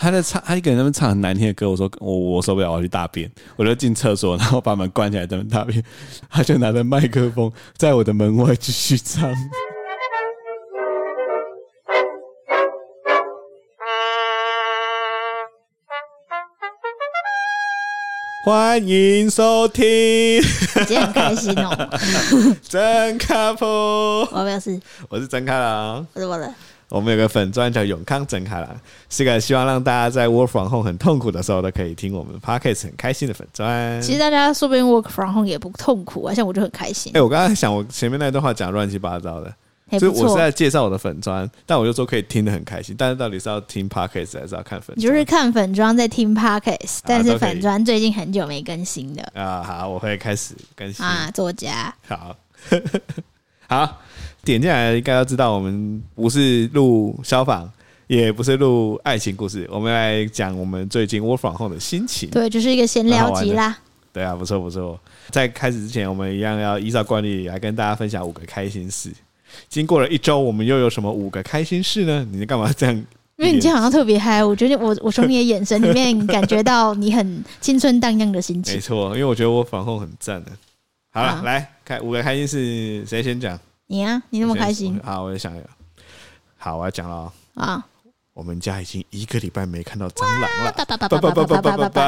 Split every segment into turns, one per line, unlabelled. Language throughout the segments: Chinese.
他在唱，他一个人在那边唱很难听的歌。我说我我受不了，我要去大便，我就进厕所，然 后把门关起来，在那边大便。他就拿着麦克风在我的门外继续唱。欢迎收听 《
今天很开心哦、
真卡普》，
我表示，
我是真开朗。
我是我的，
我们有个粉专叫永康整卡啦，是个希望让大家在 work from home 很痛苦的时候都可以听我们 podcast 很开心的粉专。
其实大家说不定 work from home 也不痛苦啊，像我就很开心
哎、，我刚才想，我前面那段话讲乱七八糟的，
还
所以
哎不
我是
错。
在介绍我的粉砖，但我就说可以听得很开心，但是到底是要听 podcast 还是要看粉砖？
你就是看粉妆在听 podcast，但
啊都可
是
以
粉妆最近很久没更新了
啊，好，我会开始更新。
啊，作家
好，好，点进来应该要知道，我们不是录消防，也不是录爱情故事，我们来讲我们最近 work from home 的心情。
对，就是一个闲聊集啦。
对啊，不错不错。在开始之前，我们一样要依照惯例来跟大家分享五个开心事。经过了一周，我们又有什么五个开心事呢？你干嘛这样？
因为你今天好像特别嗨，我觉得 我我从你的眼神里面感觉到你很青春荡漾的心
没
情。
错，因为我觉得我防控很赞的。好了，
好
来开五个开心事，谁先讲？
你啊，你那么
我先
开心
我好，我就想一个。好，我要讲了哦。
啊！
我们家已经一个礼拜没看到蟑螂了。
叭叭
叭
叭叭
叭叭
叭叭
叭
叭
叭
叭
叭
叭叭！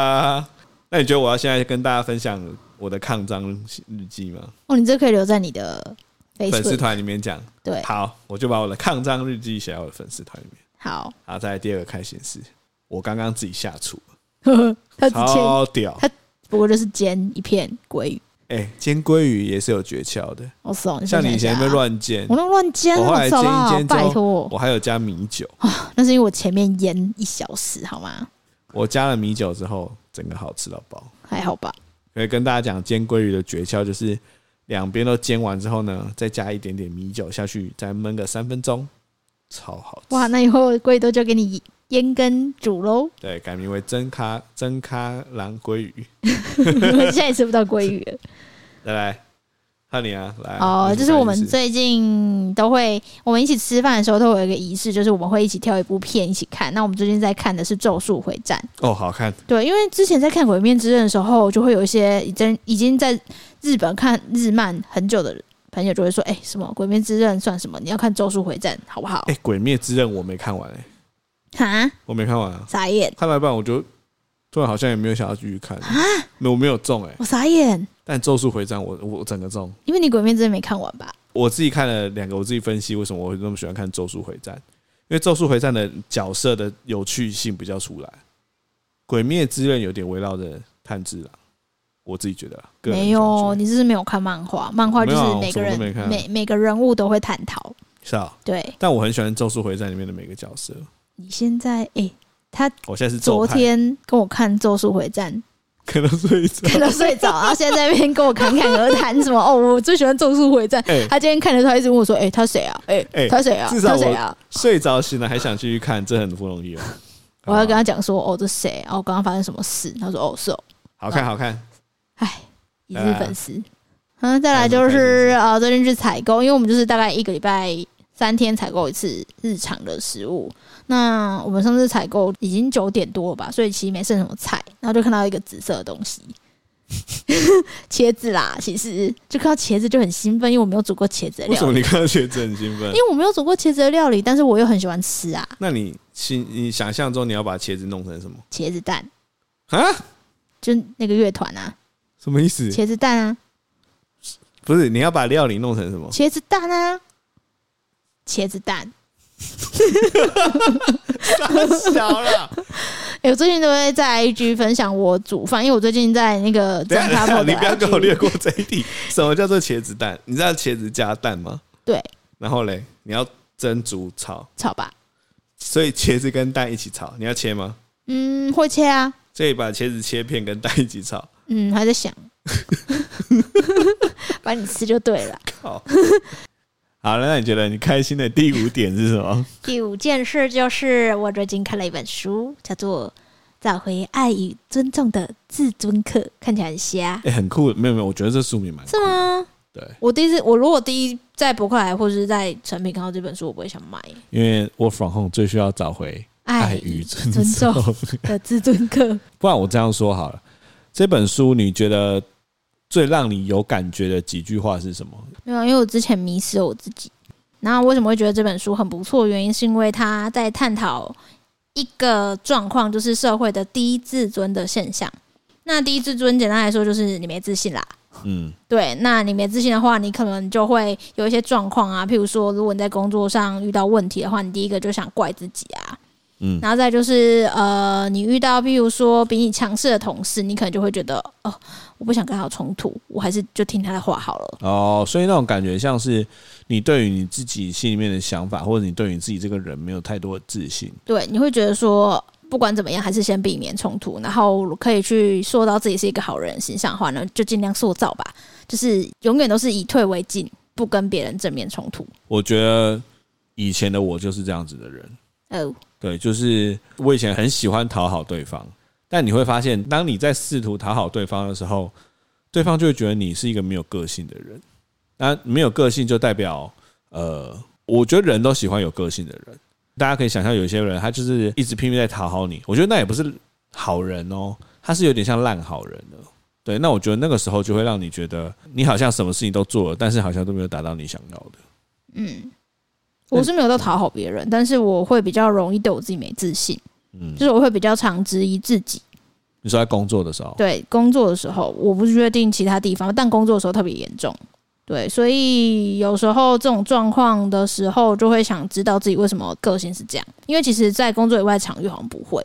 叭。那你觉得我要现在跟大家分享我的抗蟑日记吗？
哦，你这可以留在你的
粉丝
Facebook
团里面讲。
对，
好，我就把我的抗蟑日记写到我的粉丝团里面。
好，
然后再来第二个开心事，我刚刚自己下厨，
他之前
超屌！
他不过就是煎一片鲑鱼。
哎、煎鲑鱼也是有诀窍的，
我怂，
像你以
以
前被，乱煎
我，那乱煎，
我后来
我操
煎一
啊
煎之
拜
后，
托，
我还有加米 酒，
那是因为我前面腌一小时，好吗？
我加了米酒之后，整个好吃到爆。
还 好吧？
所以跟大家讲，煎鲑鱼的诀窍就是两边都煎完之后呢，再加一点点米酒下去，再焖个三分钟，超好吃。
哇，那以后贵多就给你腌跟煮 喽。
对，改名为真咖真咖郎鲑鱼。
现在也吃不到鲑 鱼了。
再来，看你啊，来
哦，就是我们
这
最近都会，我们一起吃饭的时候都有一个仪式，就是我们会一起挑一部片一起看。那我们最近在看的是《咒术回战》。
哦，好看，
对，因为之前在看《鬼面之刃》的时候，就会有一些已经已经在日本看日漫很久的朋友就会说：“哎、什么《鬼面之刃》算什么？你要看《咒术回战》好不好
哎、鬼灭之刃》我没看完哎、？”
哈，
我没看完啊，
傻眼，
看到一半我就突然好像也没有想要继续看了，没有我没有中哎、
啊我傻眼，
但《咒术回战》我我整个中，
因为你《鬼面之刃》没看完吧？
我自己看了两个，我自己分析为什么我会那么喜欢看《咒术回战》，因为《咒术回战》的角色的有趣性比较出来，《鬼灭之刃》有点围绕着炭治郎，我自己觉得啦个人
没有，
感觉
你是不是没有看漫画？漫画就
没有啊
是
我
每个
什么都
人
没看啊
每每个人物都会探讨。
是啊，
对
但我很喜欢《咒术回战》里面的每个角色，
你现在，哎、他
我现在是咒
昨
派
天跟我看《咒术回战》，
看到睡 着，
看到睡着，然后现在在那边跟我侃侃而谈什么？哦，我最喜欢《咒术回战》
哎、
他今天看着他一直问我说：“哎、他谁啊？哎、
哎
他谁啊？
至少
他谁
我
啊
睡着醒了还想继续看，这很不容 易哦。？”
我要跟他讲说：“哦，这谁？哦，刚刚发生什么事？”他说：“哦，是哦，
好看，好看。
哎，一日
哎
粉丝。”嗯，再来就
还有什么
是呃，最近去采购，因为我们就是大概一个礼拜三天采购一次日常的食物。那我们上次采购已经九点多了吧，所以其实没剩什么菜，然后就看到一个紫色的东西， 茄子啦。其实就看到茄子就很兴奋，因为我没有煮过茄子的料理。
为什么你看到茄子很兴奋
因？为我没有煮过茄子的料理，但是我又很喜欢吃啊，
那你心你想象中你要把茄子弄成什么
茄子蛋，
啊？
就那个乐团啊，
什么意思？
茄子蛋啊，
不是你要把料理弄成什么？
茄子蛋啊，茄子蛋。
小了，
哎、我最近都会在 IG 分享我煮饭，因为我最近在那个
等一下等一下，
Zancapo 的
你不要给我
IG
略过这一题。什么叫做茄子蛋？你知道茄子加蛋吗？
对
然后嘞，你要蒸煮炒，
炒吧，
所以茄子跟蛋一起炒，你要切吗？
嗯，会切啊，
所以把茄子切片跟蛋一起炒。
嗯，还在想， 把你吃就对了。
靠！好了，那你觉得你开心的第五点是什么？
第五件事就是我最近看了一本书，叫做《找回爱与尊重的自尊课》，看起来很瞎，
哎、很酷，没有没有，我觉得这书名蛮酷
是吗？
对，
我第一次，我如果第一在博客来或者是在成品看到这本书，我不会想买。
因为 work from home 最需要找回爱
爱
与
与
尊
尊重
重。
的至尊课。
不然我这样说好了，这本书你觉得最让你有感觉的几句话是什么？
没有，因为我之前迷失了我自己。然后为什么会觉得这本书很不错？原因是因为它在探讨一个状况，就是社会的低自尊的现象。那低自尊简单来说就是你没自信啦。
嗯
对，那你没自信的话，你可能就会有一些状况啊，譬如说，如果你在工作上遇到问题的话，你第一个就想怪自己啊，
嗯
然后再就是呃，你遇到譬如说比你强势的同事，你可能就会觉得哦，我不想跟他有冲突，我还是就听他的话好了。
哦，所以那种感觉像是你对于你自己心里面的想法，或者你对你自己这个人没有太多的自信。
对，你会觉得说，不管怎么样，还是先避免冲突，然后可以去塑造自己是一个好人形象的话呢，就尽量塑造吧，就是永远都是以退为进，不跟别人正面冲突。
我觉得以前的我就是这样子的人，
哦，
对，就是我以前很喜欢讨好对方，但你会发现，当你在试图讨好对方的时候，对方就会觉得你是一个没有个性的人。那没有个性就代表，呃，我觉得人都喜欢有个性的人。大家可以想象，有些人他就是一直拼命在讨好你，我觉得那也不是好人哦，他是有点像烂好人的。对，那我觉得那个时候就会让你觉得你好像什么事情都做了，但是好像都没有达到你想要的。
嗯，我是没有到讨好别人，但是我会比较容易对我自己没自信，
嗯，
就是我会比较常质疑自己。
你说在工作的时候，
对，工作的时候我不确定其他地方，但工作的时候特别严重。对，所以有时候这种状况的时候，就会想知道自己为什么个性是这样。因为其实，在工作以外的场域好像不会，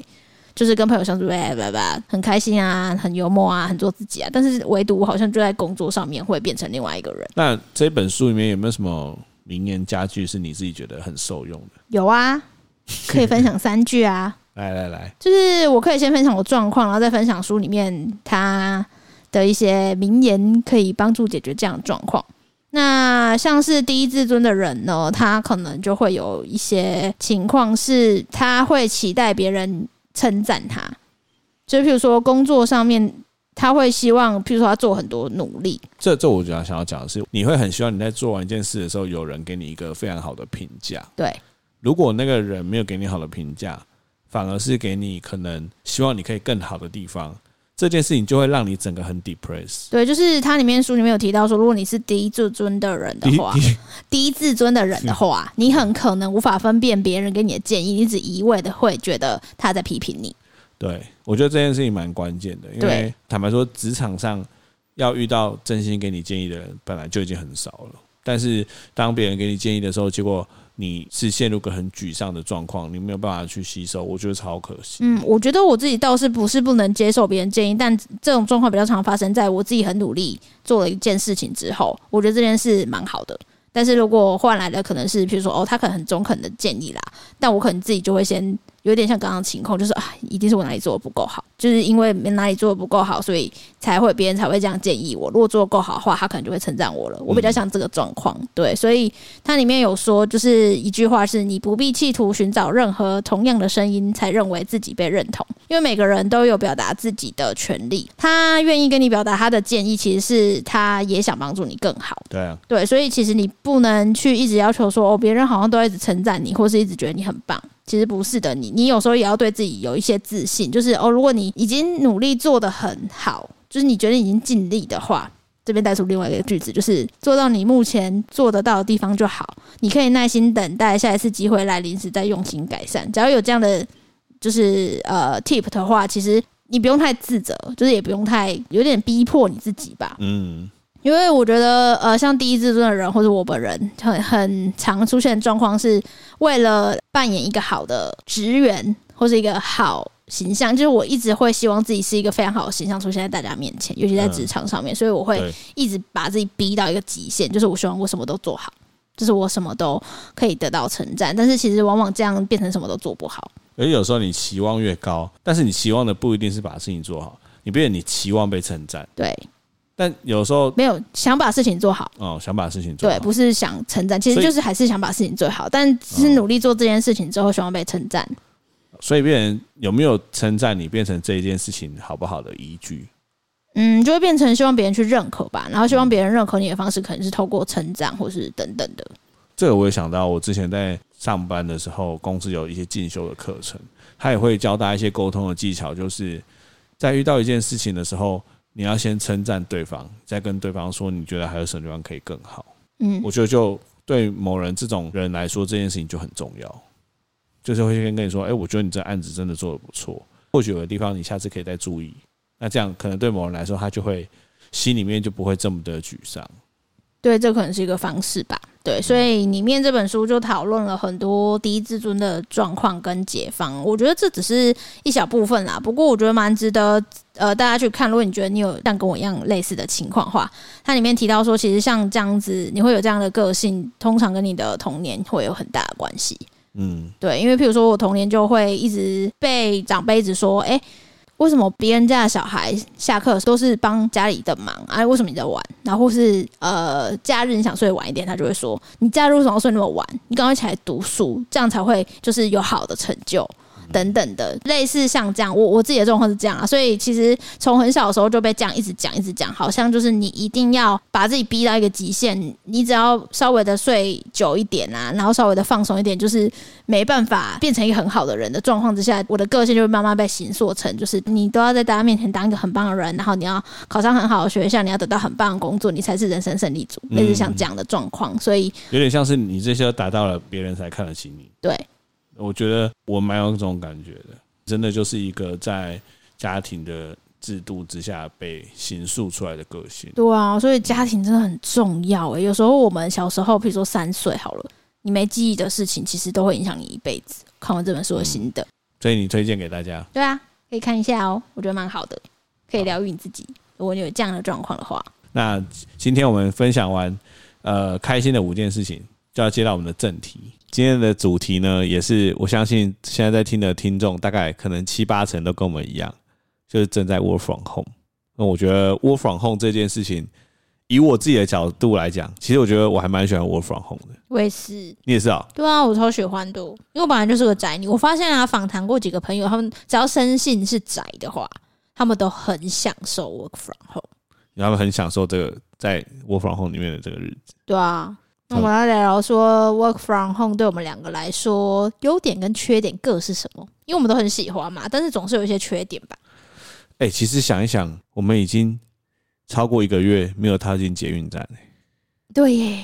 就是跟朋友相处，哎，拜拜，很开心啊，很幽默啊，很做自己啊。但是唯独我好像就在工作上面会变成另外一个人。
那这本书里面有没有什么名言佳句是你自己觉得很受用的？
有啊， 可以分享三句啊。
来来来，
就是我可以先分享我状况，然后再分享书里面他的一些名言，可以帮助解决这样的状况。那像是低自尊的人呢，他可能就会有一些情况是，他会期待别人称赞他，就譬如说工作上面，他会希望，譬如说他做很多努力，
这这我主要想要讲的是，你会很希望你在做完一件事的时候，有人给你一个非常好的评价。
对，
如果那个人没有给你好的评价，反而是给你可能希望你可以更好的地方，这件事情就会让你整个很 depress。
对，就是它里面书里面有提到说，如果你是低自尊的人的
你
话，
你
低自尊的人的话，你很可能无法分辨别人给你的建议，你只一味的会觉得他在批评你。
对我觉得这件事情蛮关键的，因为
对
坦白说，职场上要遇到真心给你建议的人本来就已经很少了，但是当别人给你建议的时候，结果你是陷入个很沮丧的状况，你没有办法去吸收，我觉得超可惜。
嗯，我觉得我自己倒是不是不能接受别人建议，但这种状况比较常发生在我自己很努力做了一件事情之后，我觉得这件事蛮好的。但是如果换来的可能是，比如说哦，他可能很中肯的建议啦，但我可能自己就会先有点像刚刚的情况，就是啊，一定是我哪里做的不够好，就是因为哪里做的不够好，所以才会别人才会这样建议我。如果做的够好的话，他可能就会称赞我了。我比较像这个状况，对，所以它里面有说，就是一句话是：你不必企图寻找任何同样的声音，才认为自己被认同，因为每个人都有表达自己的权利。他愿意跟你表达他的建议，其实是他也想帮助你更好。
对啊，
对，所以其实你不能去一直要求说，哦，别人好像都一直称赞你，或是一直觉得你很棒。其实不是的，你你有时候也要对自己有一些自信，就是哦，如果你已经努力做得很好，就是你觉得已经尽力的话，这边带出另外一个句子，就是做到你目前做得到的地方就好。你可以耐心等待下一次机会来临时再用心改善。只要有这样的就是呃 tip 的话，其实你不用太自责，就是也不用太有点逼迫你自己吧。
嗯，
因为我觉得，呃，像第一自尊的人或者我本人，很很常出现的状况是，为了扮演一个好的职员或是一个好形象，就是我一直会希望自己是一个非常好的形象出现在大家面前，尤其在
嗯
职场上面，所以我会
对
一直把自己逼到一个极限，就是我希望我什么都做好，就是我什么都可以得到称赞，但是其实往往这样变成什么都做不好。
而且有时候你期望越高，但是你期望的不一定是把事情做好，你变成你期望被称赞，
对，
但有时候
没有想把事情做好，
哦想把事情做
对
好，，
不是想称赞，其实
所以
就是还是想把事情做好，但只是努力做这件事情之后，希望被称赞。
所以变成有没有称赞你，变成这一件事情好不好的依据。
嗯，就会变成希望别人去认可吧，然后希
嗯
望别人认可你的方式，可能是透过成长或是等等的。
这个我也想到，我之前在上班的时候，公司有一些进修的课程，他也会教大家一些沟通的技巧，就是在遇到一件事情的时候，你要先称赞对方，再跟对方说你觉得还有什么地方可以更好。
嗯
我觉得就对某人这种人来说，这件事情就很重要，就是会先跟你说，哎、我觉得你这案子真的做的不错，或许有的地方你下次可以再注意。那这样可能对某人来说，他就会心里面就不会这么的沮丧。
对，这可能是一个方式吧。对，所以里面这本书就讨论了很多低自尊的状况跟解放。我觉得这只是一小部分啦，不过我觉得蛮值得呃大家去看。如果你觉得你有像跟我一样类似的情况的话，它里面提到说，其实像这样子，你会有这样的个性，通常跟你的童年会有很大的关系。
嗯，
对，因为譬如说我童年就会一直被长辈一直说，哎、为什么别人家的小孩下课都是帮家里的忙？哎、为什么你在玩？然后或是呃，假日你想睡晚一点，他就会说你假日为什么要睡那么晚？你赶快起来读书，这样才会就是有好的成就。等等的，类似像这样，我我自己的状况是这样啊，所以其实从很小的时候就被这样一直讲一直讲，好像就是你一定要把自己逼到一个极限，你只要稍微的睡久一点啊，然后稍微的放松一点，就是没办法变成一个很好的人的状况之下，我的个性就会慢慢被形塑成，就是你都要在大家面前当一个很棒的人，然后你要考上很好的学校，你要得到很棒的工作，你才是人生胜利组，类似像这样的状况。所以，
有点像是你这些都达到了，别人才看得起你。
对，
我觉得我蛮有这种感觉的，真的就是一个在家庭的制度之下被形塑出来的个性。
对啊，所以家庭真的很重要欸诶、有时候我们小时候，比如说三岁好了，你没记忆的事情，其实都会影响你一辈子。看完这本书的心得，
所以你推荐给大家，
对啊，可以看一下哦，我觉得蛮好的，可以疗愈你自己。如果你有这样的状况的话，
那今天我们分享完呃开心的五件事情，就要接到我们的正题。今天的主题呢，也是我相信现在在听的听众，大概可能七八成都跟我们一样，就是正在 work from home。那我觉得 work from home 这件事情，以我自己的角度来讲，其实我觉得我还蛮喜欢 work from home 的。
我也是，
你也是啊、
对啊，我超喜欢的，因为我本来就是个宅女。我发现啊，访谈过几个朋友，他们只要生性是宅的话，他们都很享受 work from home。
他们很享受这个在 work from home 里面的这个日子。
对啊，那我们要聊聊说 work from home 对我们两个来说优点跟缺点各是什么？因为我们都很喜欢嘛，但是总是有一些缺点吧。
哎、其实想一想，我们已经超过一个月没有踏进捷运站了、
对耶，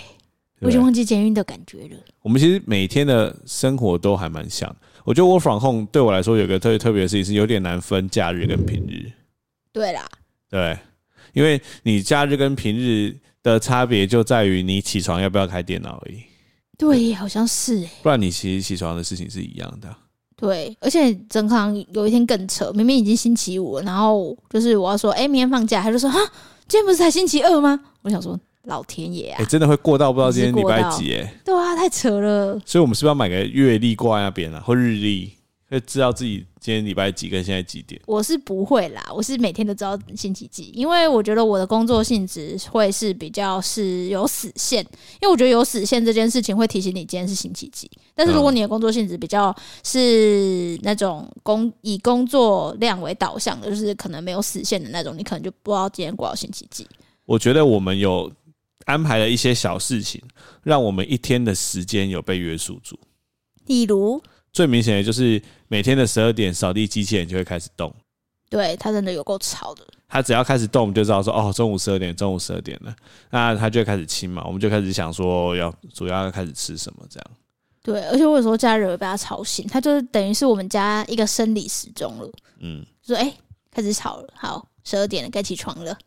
对不
我已
对
经忘记监狱的感觉了。
我们其实每天的生活都还蛮像。我觉得 work from home 对我来说有个特别特别的事情是有点难分假日跟平日，
对啦，
对，因为你假日跟平日的差别就在于你起床要不要开电脑而已，
对耶，好像是耶。
不然你其实起床的事情是一样的啊。
对，而且整行有一天更扯，明明已经星期五了，然后就是我要说，哎、明天放假，他就说，哈，今天不是才星期二吗？我想说，老天爷啊
哎、，真的会过到不知道今天礼拜
你是过到
几哎、
对啊，太扯了。
所以我们是不是要买个月历挂在那边啊，或日历，会知道自己今天礼拜几跟现在几点？
我是不会啦，我是每天都知道星期几，因为我觉得我的工作性质会是比较是有死线，因为我觉得有死线这件事情会提醒你今天是星期几。但是如果你的工作性质比较是那种工以工作量为导向的，就是可能没有死线的那种，你可能就不知道今天过到星期几。
我觉得我们有安排了一些小事情，让我们一天的时间有被约束住。
例如，
最明显的就是每天的十二点，扫地机器人就会开始动。
对它真的有够吵的，
它只要开始动，我们就知道说哦，中午十二点，中午十二点了。那它就会开始清嘛，我们就开始想说要主要要开始吃什么这样。
对，而且我有时候家人会被它吵醒，它就是等于是我们家一个生理时钟了，
嗯，
就说哎、开始吵了，好，十二点了，该起床了。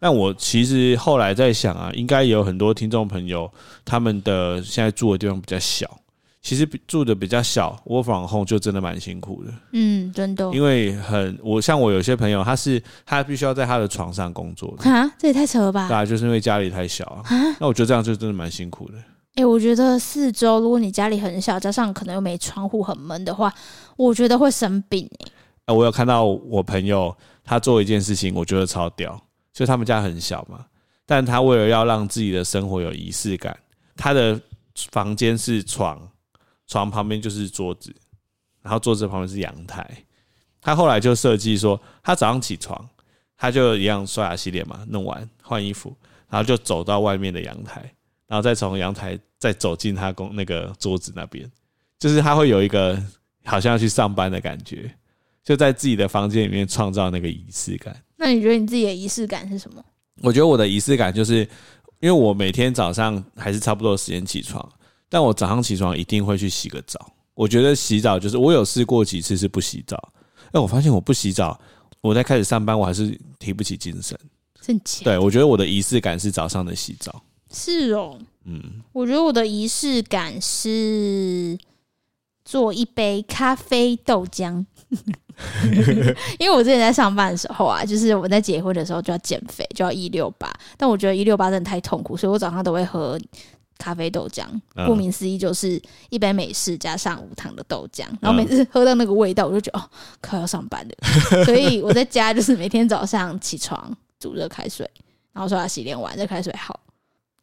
那我其实后来在想啊，应该也有很多听众朋友，他们的现在住的地方比较小，其实比住的比较小，我访后就真的蛮辛苦的。
嗯，真的。
因为很我像我有些朋友，他是他必须要在他的床上工作 的，
啊，这也太扯了吧！
对啊，就是因为家里太小啊。那我觉得这样就真的蛮辛苦的。
哎、我觉得四周，如果你家里很小，加上可能又没窗户，很闷的话，我觉得会生病、欸。
呃，我有看到我朋友他做一件事情，我觉得超屌，就他们家很小嘛，但他为了要让自己的生活有仪式感，他的房间是床，床旁边就是桌子，然后桌子旁边是阳台。他后来就设计说，他早上起床，他就一样刷牙洗脸嘛，弄完换衣服，然后就走到外面的阳台，然后再从阳台再走进他公那个桌子那边，就是他会有一个好像要去上班的感觉，就在自己的房间里面创造那个仪式感。
那你觉得你自己的仪式感是什么？
我觉得我的仪式感就是，因为我每天早上还是差不多的时间起床，但我早上起床一定会去洗个澡。我觉得洗澡就是我有试过几次是不洗澡，哎但我发现我不洗澡，我在开始上班我还是提不起精神。
真假？
对我觉得我的仪式感是早上的洗澡，
是哦，
嗯，
我觉得我的仪式感是做一杯咖啡豆浆， 因为我之前在上班的时候啊，就是我在结婚的时候就要减肥，就要一六八，但我觉得一六八真的太痛苦，所以我早上都会喝咖啡豆浆。
嗯
顾名思义，就是一杯美式加上无糖的豆浆。然后每次喝到那个味道，我就觉得哦，快要上班了。 所以我在家就是每天早上起床煮热开水，然后刷牙洗脸完热开水好，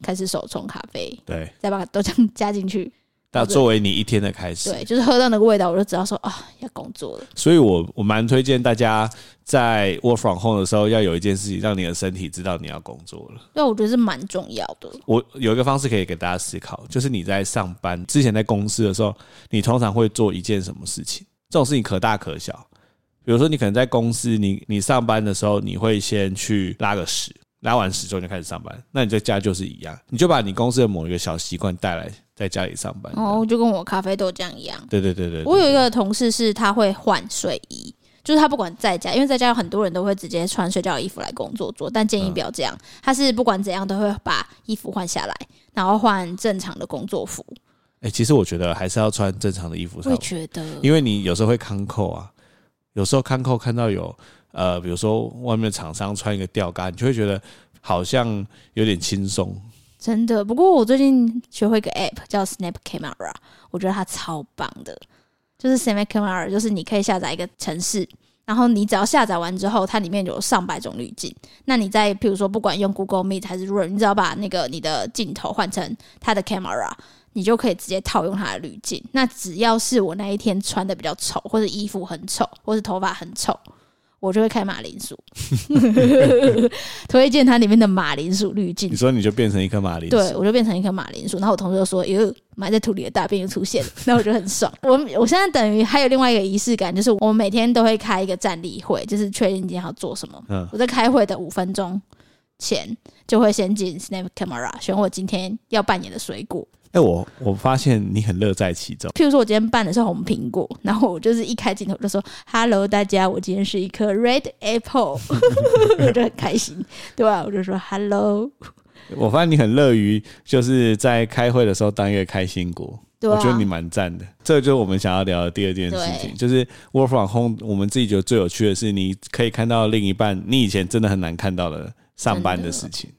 开始手冲咖啡，
对。
再把豆浆加进去。
但作为你一天的开始，
对，就是喝到那个味道，我就知道说啊、要工作了。
所以我我蛮推荐大家在 work from home 的时候，要有一件事情让你的身体知道你要工作了。
对，我觉得是蛮重要的。
我有一个方式可以给大家思考，就是你在上班之前在公司的时候，你通常会做一件什么事情？这种事情可大可小。比如说，你可能在公司，你你上班的时候，你会先去拉个屎，拉完屎之后你就开始上班。那你在家就是一样，你就把你公司的某一个小习惯带来在家里上班。
哦，就跟我咖啡豆浆一样。
对对对对
我
对，
有一个同事是他会换睡衣，就是他不管在家，因为在家有很多人都会直接穿睡觉的衣服来工作做，但建议不要这样。
嗯
他是不管怎样都会把衣服换下来，然后换正常的工作服。
哎、其实我觉得还是要穿正常的衣服
我
上
也
班。
觉得，
因为你有时候会康扣啊，有时候康扣看到有呃，比如说外面厂商穿一个吊嘎，你就会觉得好像有点轻松。
嗯真的。不过我最近学会一个 app 叫 Snap Camera，我觉得它超棒的。就是 Snap Camera，就是你可以下载一个城市，然后你只要下载完之后，它里面有上百种滤镜。那你在譬如说，不管用 Google Meet 还是 Zoom，你只要把那个你的镜头换成它的 camera，你就可以直接套用它的滤镜。那只要是我那一天穿的比较丑，或者衣服很丑，或是头发很丑。我就会开马铃薯， 推荐它里面的马铃薯滤镜
你。说你就变成一颗马铃薯，
对，我就变成一颗马铃薯。然后我同事就说：“哟，埋在土里的大便又出现了。” 那我就很爽。我我现在等于还有另外一个仪式感，就是我每天都会开一个站立会，就是确定今天要做什么。
嗯
我在开会的五分钟前就会先进 Snap Camera 选我今天要扮演的水果。
哎、我我发现你很乐在其中。
譬如说，我今天扮的是红苹果，然后我就是一开镜头就说：“Hello，大家，我今天是一颗 Red Apple。” 我就很开心，对吧、我就说：“Hello。
我发现你很乐于就是在开会的时候当一个开心果。”
对、啊，
我觉得你蛮赞的，这就是我们想要聊的第二件事情，就是 work from home。我们自己觉得最有趣的是，你可以看到另一半你以前真的很难看到的上班的
真的
事情。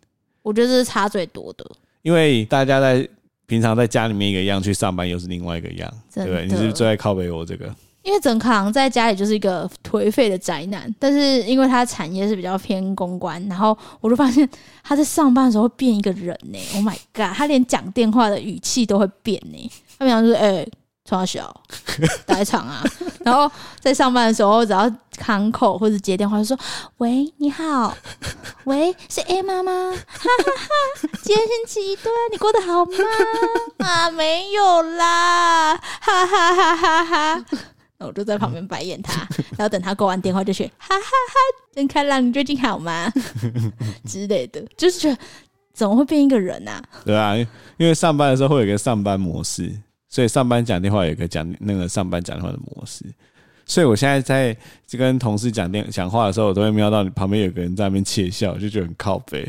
我觉得这是差最多的。
因为大家在平常在家里面一个样，去上班又是另外一个样，对
真
不
的
对？你是不是最爱靠北我这个？
因为整行在家里就是一个颓废的宅男，但是因为他的产业是比较偏公关，然后我就发现他在上班的时候会变一个人呢、Oh my god，他连讲电话的语气都会变呢、他平常就是哎，从、小 打一场啊，然后在上班的时候只要康口或者接电话就说喂你好，喂是 A 妈妈，哈哈哈， 今天星期一对啊，你过得好吗？啊没有啦，哈哈哈哈哈。那我就在旁边白眼他，然后等他挂完电话就学哈哈哈，真开朗，你最近好吗？ 之类的，就是觉得怎么会变一个人啊？
对啊，因为上班的时候会有一个上班模式，所以上班讲电话有一个讲那个上班讲电话的模式。所以我现在在就跟同事讲电讲话的时候，我都会瞄到你旁边有个人在那边窃笑，就觉得很靠北。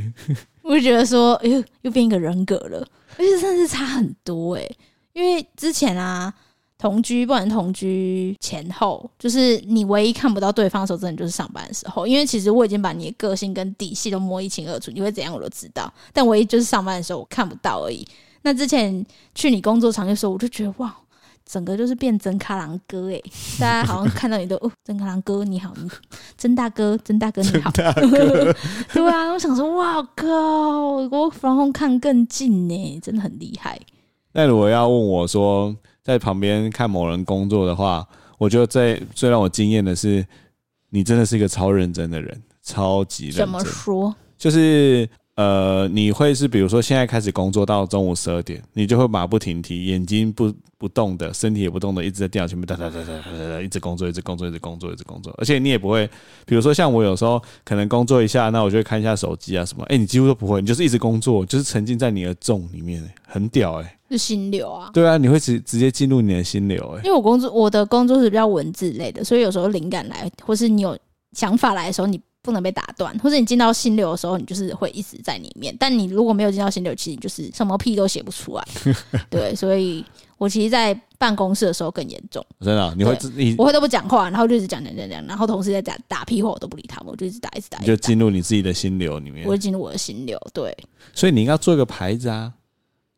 我就觉得说，哎呦，又变一个人格了，而且真的是差很多哎、因为之前啊，同居不管同居前后，就是你唯一看不到对方的时候，真的就是上班的时候。因为其实我已经把你的个性跟底细都摸一清二楚，你会怎样我都知道。但唯一就是上班的时候我看不到而已。那之前去你工作场的时候，我就觉得哇，整个就是变真卡郎哥哎、大家好像看到你都哦，真卡郎哥你好，你真大哥，真大哥你好， 对啊，我想说，哇靠，我防控看更近呢，真的很厉害。
那如果要问我说在旁边看某人工作的话，我觉得最最让我惊艳的是，你真的是一个超认真的人，超级认真。
怎么说？
就是呃，你会是比如说现在开始工作到中午十二点，你就会马不停蹄，眼睛不不动的，身体也不动的，一直在电脑前面哒哒哒哒哒哒哒，一直工作，一直工作，一直工作，一直工作，而且你也不会，比如说像我有时候可能工作一下，那我就会看一下手机啊什么，哎、你几乎都不会，你就是一直工作，就是沉浸在你的重里面、很屌哎、
就心流啊。
对啊，你会直直接进入你的心流哎、
因为我工作我的工作是比较文字类的，所以有时候灵感来，或是你有想法来的时候，你不能被打断，或者你进到心流的时候，你就是会一直在里面。但你如果没有进到心流，其实你就是什么屁都写不 出来。对，所以我其实，在办公室的时候更严重，
真的啊、你会自你
我会都不讲话，然后就一直讲讲讲讲，然后同事在打打屁话，我都不理他们，我就一直打一直打，
你
一
就
直打
进入你自己的心流里面
我，就进入我的心流。对，
所以你应该做一个牌子啊，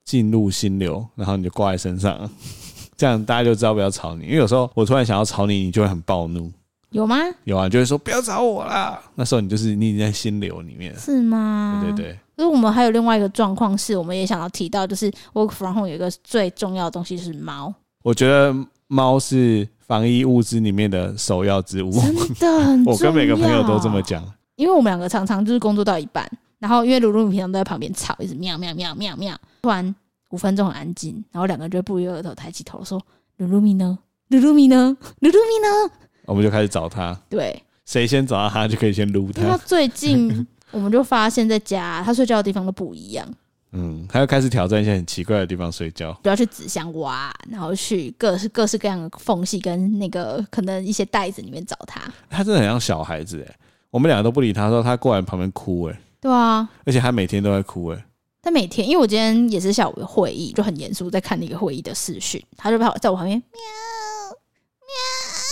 进入心流，然后你就挂在身上， 这样大家就知道不要吵你。因为有时候我突然想要吵你，你就会很暴怒，
有吗？
有啊，你就会说不要吵我啦。那时候你就是你已经在心流里面了，
是吗？
对对对，
可是我们还有另外一个状况是，我们也想要提到，就是 work from home 有一个最重要的东西就是 猫，
我觉得猫是防疫物资里面的首要之物。
真的 很
我跟每个朋友都这么
重
讲，
要，因为我们两个常常就是工作到一半，然后因为鲁鲁平常都在旁边吵，一直喵喵喵喵喵，突然五分钟很安静，然后两个人就不约而同抬起头说：“鲁鲁咪呢？ 鲁鲁咪呢？鲁鲁咪呢
我们就开始找它，？”
对，
谁先找到它就可以先撸
因为他
它。
最近我们就发现，在家他睡觉的地方都不一样，
嗯，它又开始挑战一些很奇怪的地方睡觉。
不要去纸箱挖，啊然后去各式各式各样的缝隙跟那个可能一些袋子里面找他。
它真的很像小孩子哎、我们两个都不理它，说它过来旁边哭哎、
对啊，
而且他每天都在哭、欸，哎，
他每天，因为我今天也是下午有会议，就很严肃在看那个会议的视讯，他就跑在我旁边喵喵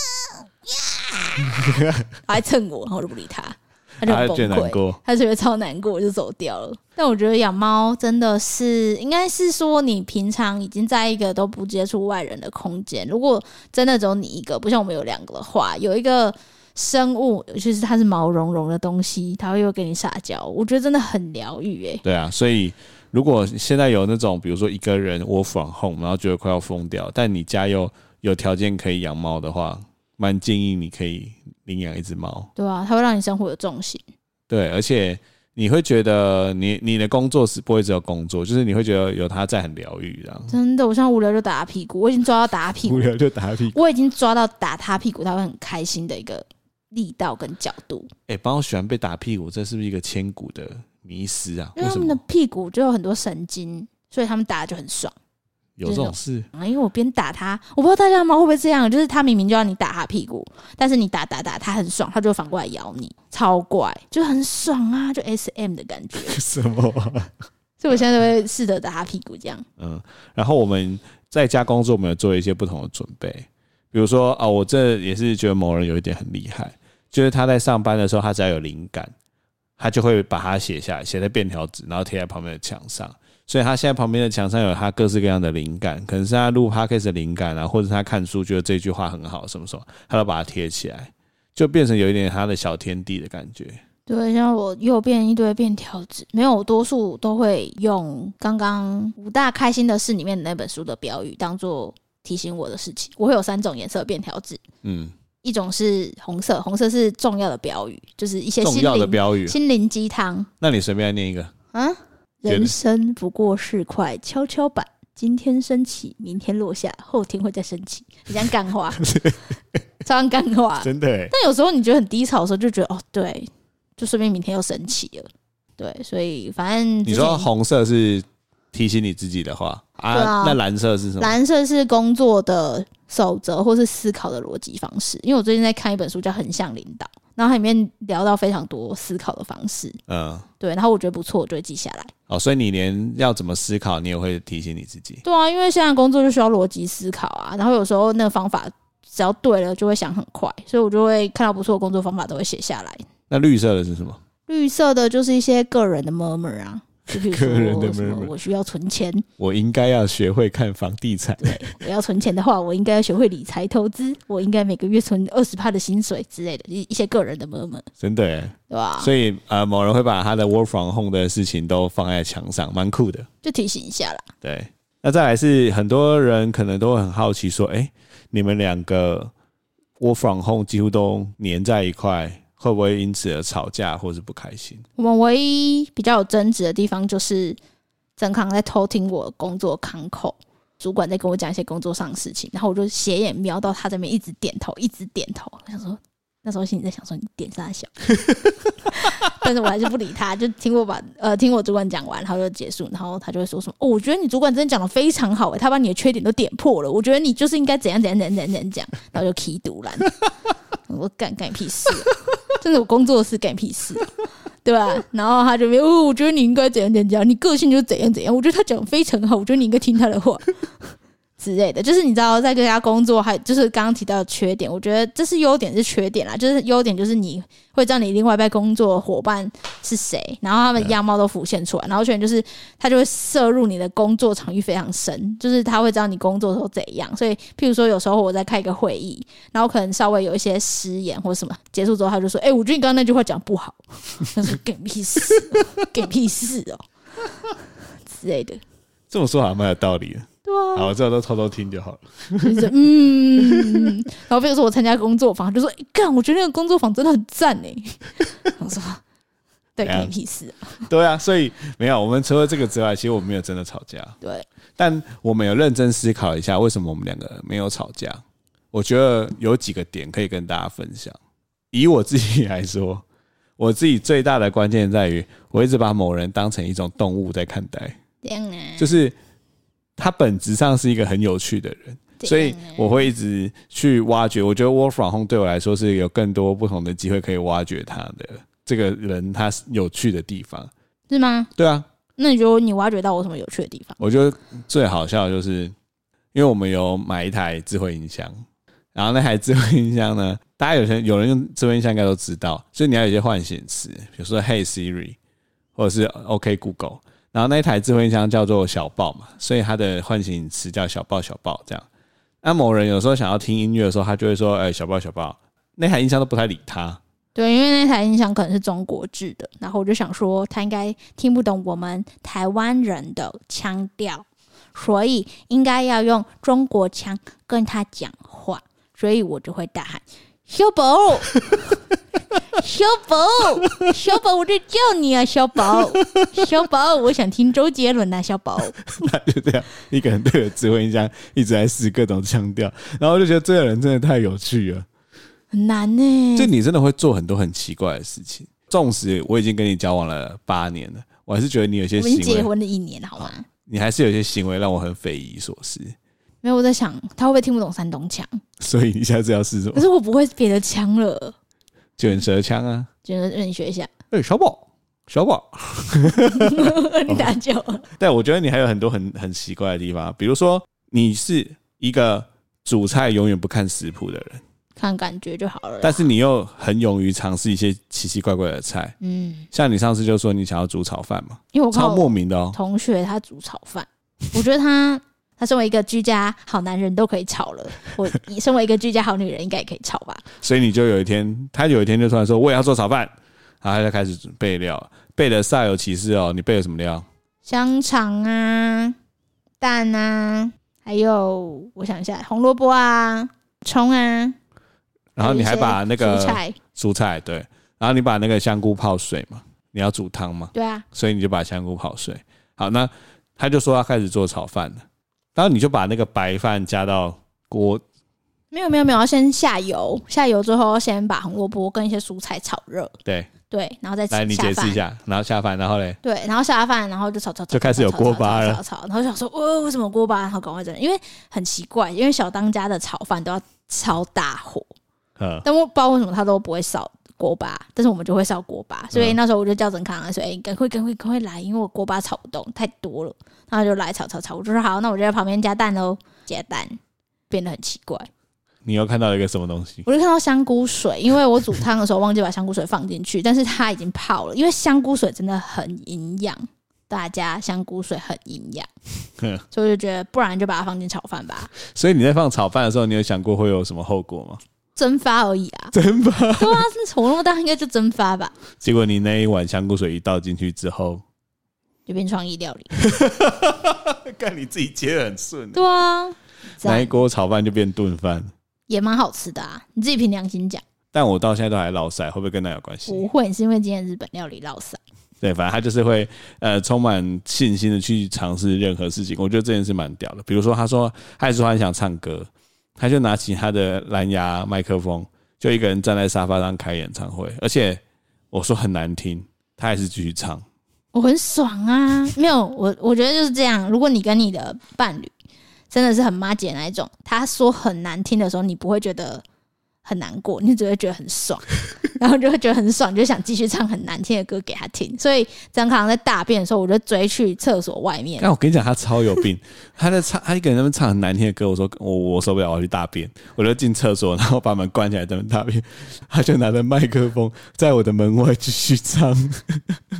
喵，还蹭我，然后我就不理他，他就
他
很崩
觉得难
溃，
过。
他就觉得超难过，我就走掉了。但我觉得养猫真的是，应该是说你平常已经在一个都不接触外人的空间，如果真的只有你一个，不像我们有两个的话，有一个。生物，尤其是它是毛茸茸的东西，它会又跟你撒娇，我觉得真的很疗愈诶。
对啊，所以如果现在有那种，比如说一个人我 from home，然后觉得快要疯掉，但你家又有条件可以养猫的话，蛮建议你可以领养一只猫。
对啊，它会让你生活有重心。
对，而且你会觉得你你的工作是不会只有工作，就是你会觉得有它在很疗愈，这样
真的，我现在无聊就打他屁股，我已经抓到打他屁
无
股，
聊就打屁股。
我已经抓到打他屁股，他会很开心的一个力道跟角度，
哎、帮我喜欢被打屁股，这是不是一个千古的迷思啊？
因
为
为他
什
们的
么
屁股就有很多神经，所以他们打的就很爽。
有这种事？
啊，因为我边打他，我不知道大家的猫会不会这样，就是他明明就要你打他屁股，但是你打打打，他很爽，他就会反过来咬你，超怪，就很爽啊，就 S M 的 感觉。
什么啊、
所以我现在都会试着打他屁股这样。
嗯，然后我们在家工作，我们有做一些不同的准备，比如说啊、我这也是觉得某人有一点很厉害，就是他在上班的时候，他只要有灵感，他就会把它写下来，写在便条纸，然后贴在旁边的墙上。所以他现在旁边的墙上有他各式各样的灵感，可能是他录 podcast 的灵感啊，或者是他看书觉得这句话很好，什么什么，他都把它贴起来，就变成有一点他的小天地的感觉。
对，像我右边一堆便条纸，没有，我多数都会用刚刚五大开心的事里面的那本书的标语当做提醒我的事情。我会有三种颜色的便条纸，
嗯，
一种是红色，红色是重要的标语，就是一些
重
心
要的
灵
标语，
心灵鸡汤
那你随便来念一个。
啊，
觉得
人生不过是块跷跷板。今天升起，明天落下，后天会再升起。你像干话， 超像干话，
真的、欸，
但有时候你觉得很低潮的时候，就觉得哦，对，就顺便明天又生气了。对，所以反正
你
之前
说红色是提醒你自己的话啊，
对啊
那蓝色是什么？
蓝色是工作的守则或是思考的逻辑方式，因为我最近在看一本书叫《横向领导》，然后它里面聊到非常多思考的方式，
嗯，
对，然后我觉得不错，我就会记下来。
哦，所以你连要怎么思考，你也会提醒你自己。
对啊，因为现在工作就需要逻辑思考啊，然后有时候那个方法只要对了，就会想很快，所以我就会看到不错的工作方法都会写下来。
那绿色的是什么？
绿色的就是一些个人的 murmur 啊，就比如说
个人的
什么
murmur
我需要存钱，
我应该要学会看房地产。
我要存钱的话，我应该要学会理财投资，我应该每个月存二十帕的薪水之类的，一一些个人的 murmur，
真的、欸，
对吧？
所以呃，某人会把他的 work from home 的事情都放在墙上，蛮酷的。
就提醒一下啦。
对，那再来是很多人可能都会很好奇说，哎、你们两个 work from home 几乎都黏在一块，会不会因此而吵架或是不开心？
我们唯一比较有争执的地方就是曾康在偷听我工作康口，主管在跟我讲一些工作上的事情，然后我就斜眼瞄到他这边一直点头，一直点头，我想说那时候心里在想说你点啥小， 但是我还是不理他，就听我把呃听我主管讲完，然后就结束，然后他就会说什么哦，我觉得你主管真的讲的非常好、欸，他把你的缺点都点破了，我觉得你就是应该怎样怎样怎样怎样怎样讲，然后就 key 独揽，我干干你屁事、啊，真的我工作的事干你屁事、啊。对吧、然后他就没有哦，我觉得你应该怎样怎样怎样，你个性就是怎样怎样。我觉得他讲得非常好，我觉得你应该听他的话之类的。就是你知道，在跟他工作，还就是刚刚提到的缺点，我觉得这是优点是缺点啦。就是优点就是你会知道你另外一半工作伙伴是谁，然后他们样貌都浮现出来。然后缺点就是他就会摄入你的工作场域非常深，就是他会知道你工作的时候怎样。所以，譬如说有时候我在开一个会议，然后可能稍微有一些失言或什么，结束之后他就说：“哎、我觉得你刚刚那句话讲不好。”他 说：“给屁事，给屁事 哦、之类的。
这么说好像蛮有道理的。”
对啊，
好，这我都偷偷听就好了。
就是嗯，然后比如说我参加工作坊，就说欸干、我觉得那个工作坊真的很赞哎。 我说
怎
对，
样
干你屁事啊、
对啊，所以没有，我们除了这个之外，其实我们没有真的吵架，
对，
但我们有认真思考一下，为什么我们两个没有吵架。我觉得有几个点可以跟大家分享。以我自己来说， 我自己最大的关键在于，我一直把某人当成一种动物在看待。
这样啊，
就是他本质上是一个很有趣的人，
对
所以
啊
我会一直去挖掘。我觉得 Work from Home 对我来说是有更多不同的机会可以挖掘他的这个人他有趣的地方。
是吗？
对啊，
那你觉得你挖掘到我什么有趣的地方？
我觉得最好笑的就是，因为我们有买一台智慧音箱，然后那台智慧音箱呢，大家有些有人用智慧音箱应该都知道，就是你要有一些唤醒词，比如说 Hey Siri 或者是 OK Google，然后那一台智慧音箱叫做小豹嘛，所以它的唤醒词叫小豹小豹这样。那某人有时候想要听音乐的时候，他就会说：“哎、小豹小豹。”那台音箱都不太理他，
对，因为那台音响可能是中国制的，然后我就想说他应该听不懂我们台湾人的腔调，所以应该要用中国腔跟他讲话，所以我就会大喊“小宝，小宝，小宝，我在叫你啊，小宝，小宝，我想听周杰伦啊，小宝。
他就这样一个人对着智慧音箱一直在试各种腔调，然后我就觉得这个人真的太有趣了。”
很难呢、
就你真的会做很多很奇怪的事情。纵使我已经跟你交往了八年了，我还是觉得你有些
我们已经
行
结
为，
婚了一年，好吗？
你还是有些行为让我很匪夷所思。
没有，我在想他会不会听不懂山东腔，
所以你下次要试什
可
么？
是我不会别的腔了，
卷舌腔啊！
觉得让你学一下。
哎、小宝，小宝。
你
哦
打球了
但我觉得你还有很多很很奇怪的地方，啊比如说你是一个煮菜永远不看食谱的人，
看感觉就好了啦。
但是你又很勇于尝试一些奇奇怪怪的菜。
嗯，
像你上次就说你想要煮炒饭嘛，
因为我看
超
我
莫名的哦。
同学他煮炒饭，我觉得他他身为一个居家好男人都可以炒 了，我你身为一个居家好女人应该也可以炒吧？
所以你就有一天，他有一天就突然说我也要做炒饭，然后他就开始备料，备的煞有其事哦。你备了什么料？
香肠啊，蛋啊，还有我想一下，红萝卜啊，葱啊，
然后你还把那
还有
个
一些蔬菜，
蔬菜对，然后你把那个香菇泡水嘛，你要煮汤嘛，
对啊，
所以你就把香菇泡水。好，那他就说他开始做炒饭了，然后你就把那个白饭加到锅，
没有没有没有，要先下油，下油之后先把红萝卜跟一些蔬菜炒热，
对，
对，然后再
来
吃
你
下
解释
饭
一。下，然后下饭，然后嘞，
对，然后下了饭，然后就炒炒炒，
就开始有锅巴了
炒炒炒，然后想说，哦，为什么有锅巴？然后赶快整，因为很奇怪，因为小当家的炒饭都要超大火，
呃，
但我不知道为什么他都不会烧锅巴，但是我们就会烧锅巴，所
嗯
以那时候我就叫陈康来说，哎、赶快赶快赶快来，因为我锅巴炒不动，太多了，然后就来炒炒炒，我就说好，那我就在旁边加蛋喽，加蛋变得很奇怪，
你又看到一个什么东西？
我就看到香菇水，因为我煮汤的时候忘记把香菇水放进去，但是它已经泡了，因为香菇水真的很营养，大家香菇水很营 养，
哼
所以我就觉得不然就把它放进炒饭吧，
所以你在放炒饭的时候，你有想过会有什么后果 吗？
蒸发而已啊，
真吧？
对啊，是火那么大，应该就蒸发吧，
结果你那一碗香菇水一倒进去之后，
就变创意料理，
看你自己接的很顺，
对啊，这
那一
样
锅炒饭就变炖饭。
也蛮好吃的啊，你自己凭良心讲，
但我到现在都还落晒，会不会跟那有关系？
不会，是因为今天日本料理落散。
对，反正他就是会呃充满信心的去尝试任何事情。我觉得这件事蛮屌的。比如说，他说他也说他很想唱歌，他就拿起他的蓝牙麦克风，就一个人站在沙发上开演唱会，而且我说很难听，他还是继续唱。
我很爽啊！没有我，我觉得就是这样。如果你跟你的伴侣真的是很妈姐那一种，他说很难听的时候，你不会觉得很难过，你只会觉得很爽，然后你就会觉得很爽，就想继续唱很难听的歌给他听。所以张康在大便的时候，我就追去厕所外面
但。我跟你讲，他超有病， 他在唱，他一个人在那边唱很难听的歌。我说我我受不了，我要去大便，我就进厕所，然 后把门关起来，在那边大便。他就拿着麦克风在我的门外继续唱，